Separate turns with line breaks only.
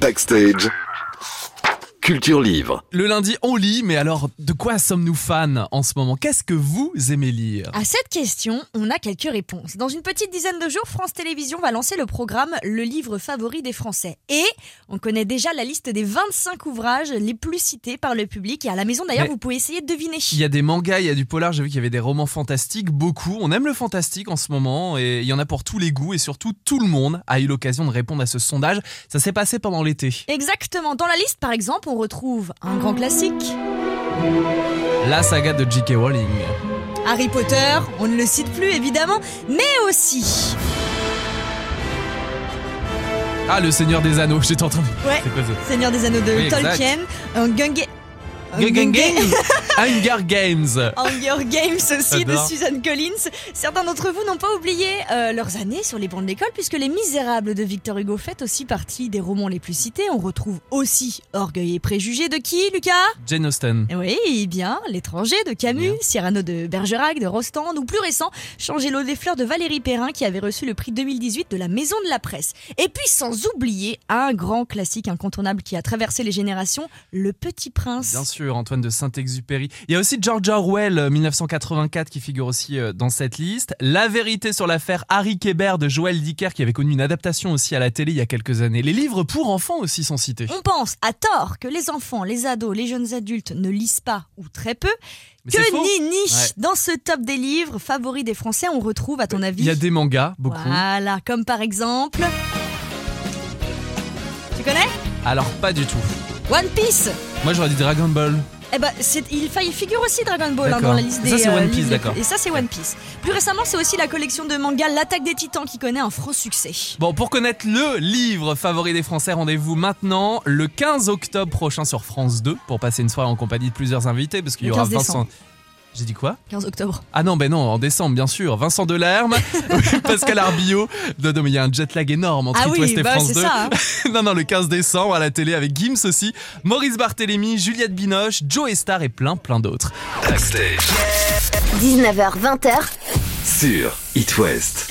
Backstage. Culture livre.
Le lundi, on lit, mais alors de quoi sommes-nous fans en ce moment Qu'est-ce que vous aimez lire
À cette question, on a quelques réponses. Dans une petite dizaine de jours, France Télévisions va lancer le programme Le livre favori des Français. Et on connaît déjà la liste des 25 ouvrages les plus cités par le public. Et à la maison, d'ailleurs,
Mais-
vous pouvez essayer de deviner.
Il y a des mangas, il y a du polar, j'ai vu qu'il y avait des romans fantastiques, beaucoup. On aime le fantastique en ce moment et il y en a pour tous les goûts et surtout tout le monde a eu l'occasion de répondre à ce sondage. Ça s'est passé pendant l'été.
Exactement. Dans la liste, par exemple, on retrouve un grand classique,
La saga de J.K. Rowling.
Harry Potter, on ne le cite plus évidemment, mais aussi
Ah, le Seigneur des Anneaux, j'étais en train de...
Ouais.
C'est quoi ça
Seigneur des Anneaux de
Oui, exact.
Tolkien, un Gunge... un
Gang, gang,
Gunge-
gang. Hunger Games
Hunger Games aussi de
J'adore.
Suzanne Collins. Certains d'entre vous n'ont pas oublié euh, leurs années sur les bancs de l'école puisque Les Misérables de Victor Hugo fait aussi partie des romans les plus cités. On retrouve aussi Orgueil et Préjugés de qui, Lucas
Jane Austen.
Oui, bien, L'étranger de Camus,
Bien.
Cyrano de Bergerac de Rostand ou plus récent, Changer l'eau des fleurs de Valérie Perrin qui avait reçu le prix 2018 de la Maison de la Presse. Et puis sans oublier un grand classique incontournable qui a traversé les générations, Le Petit Prince.
Bien sûr, Antoine de Saint-Exupéry. Il y a aussi George Orwell, euh, 1984, qui figure aussi euh, dans cette liste. La vérité sur l'affaire Harry Kébert de Joël Dicker, qui avait connu une adaptation aussi à la télé il y a quelques années. Les livres pour enfants aussi sont cités.
On pense à tort que les enfants, les ados, les jeunes adultes ne lisent pas ou très peu.
Mais c'est
que
faux.
nini
Ouais.
Dans ce top des livres favoris des Français, on retrouve, à ton avis
Il y a des mangas, beaucoup.
Voilà, comme par exemple... Tu connais
Alors, pas du tout.
One Piece
Moi, j'aurais dit Dragon Ball.
Eh ben, c'est- il faillit figure aussi Dragon Ball hein,
D'accord.
dans la liste
Ça,
des
c'est One
livres
Piece,
les plus-
d'accord.
Et ça, c'est One Piece. Plus récemment, c'est aussi la collection de mangas L'Attaque des Titans qui connaît un franc succès.
Bon, pour connaître le livre favori des Français, rendez-vous maintenant le 15 octobre prochain sur France 2 pour passer une soirée en compagnie de plusieurs invités parce qu'il y
Le
aura
15
Vincent. J'ai dit quoi
15 octobre.
Ah non, ben non, en décembre, bien sûr. Vincent Delerme, oui, Pascal Arbillot. Non, non, mais il y a un jet lag énorme entre
Ah
It
oui,
West et
bah,
France
c'est
2.
ça. hein.
non, non, le 15 décembre à la télé avec Gims aussi, Maurice Barthélémy, Juliette Binoche, Joe Estar et plein, plein d'autres.
Backstage.
19h, 20h,
Sur It West.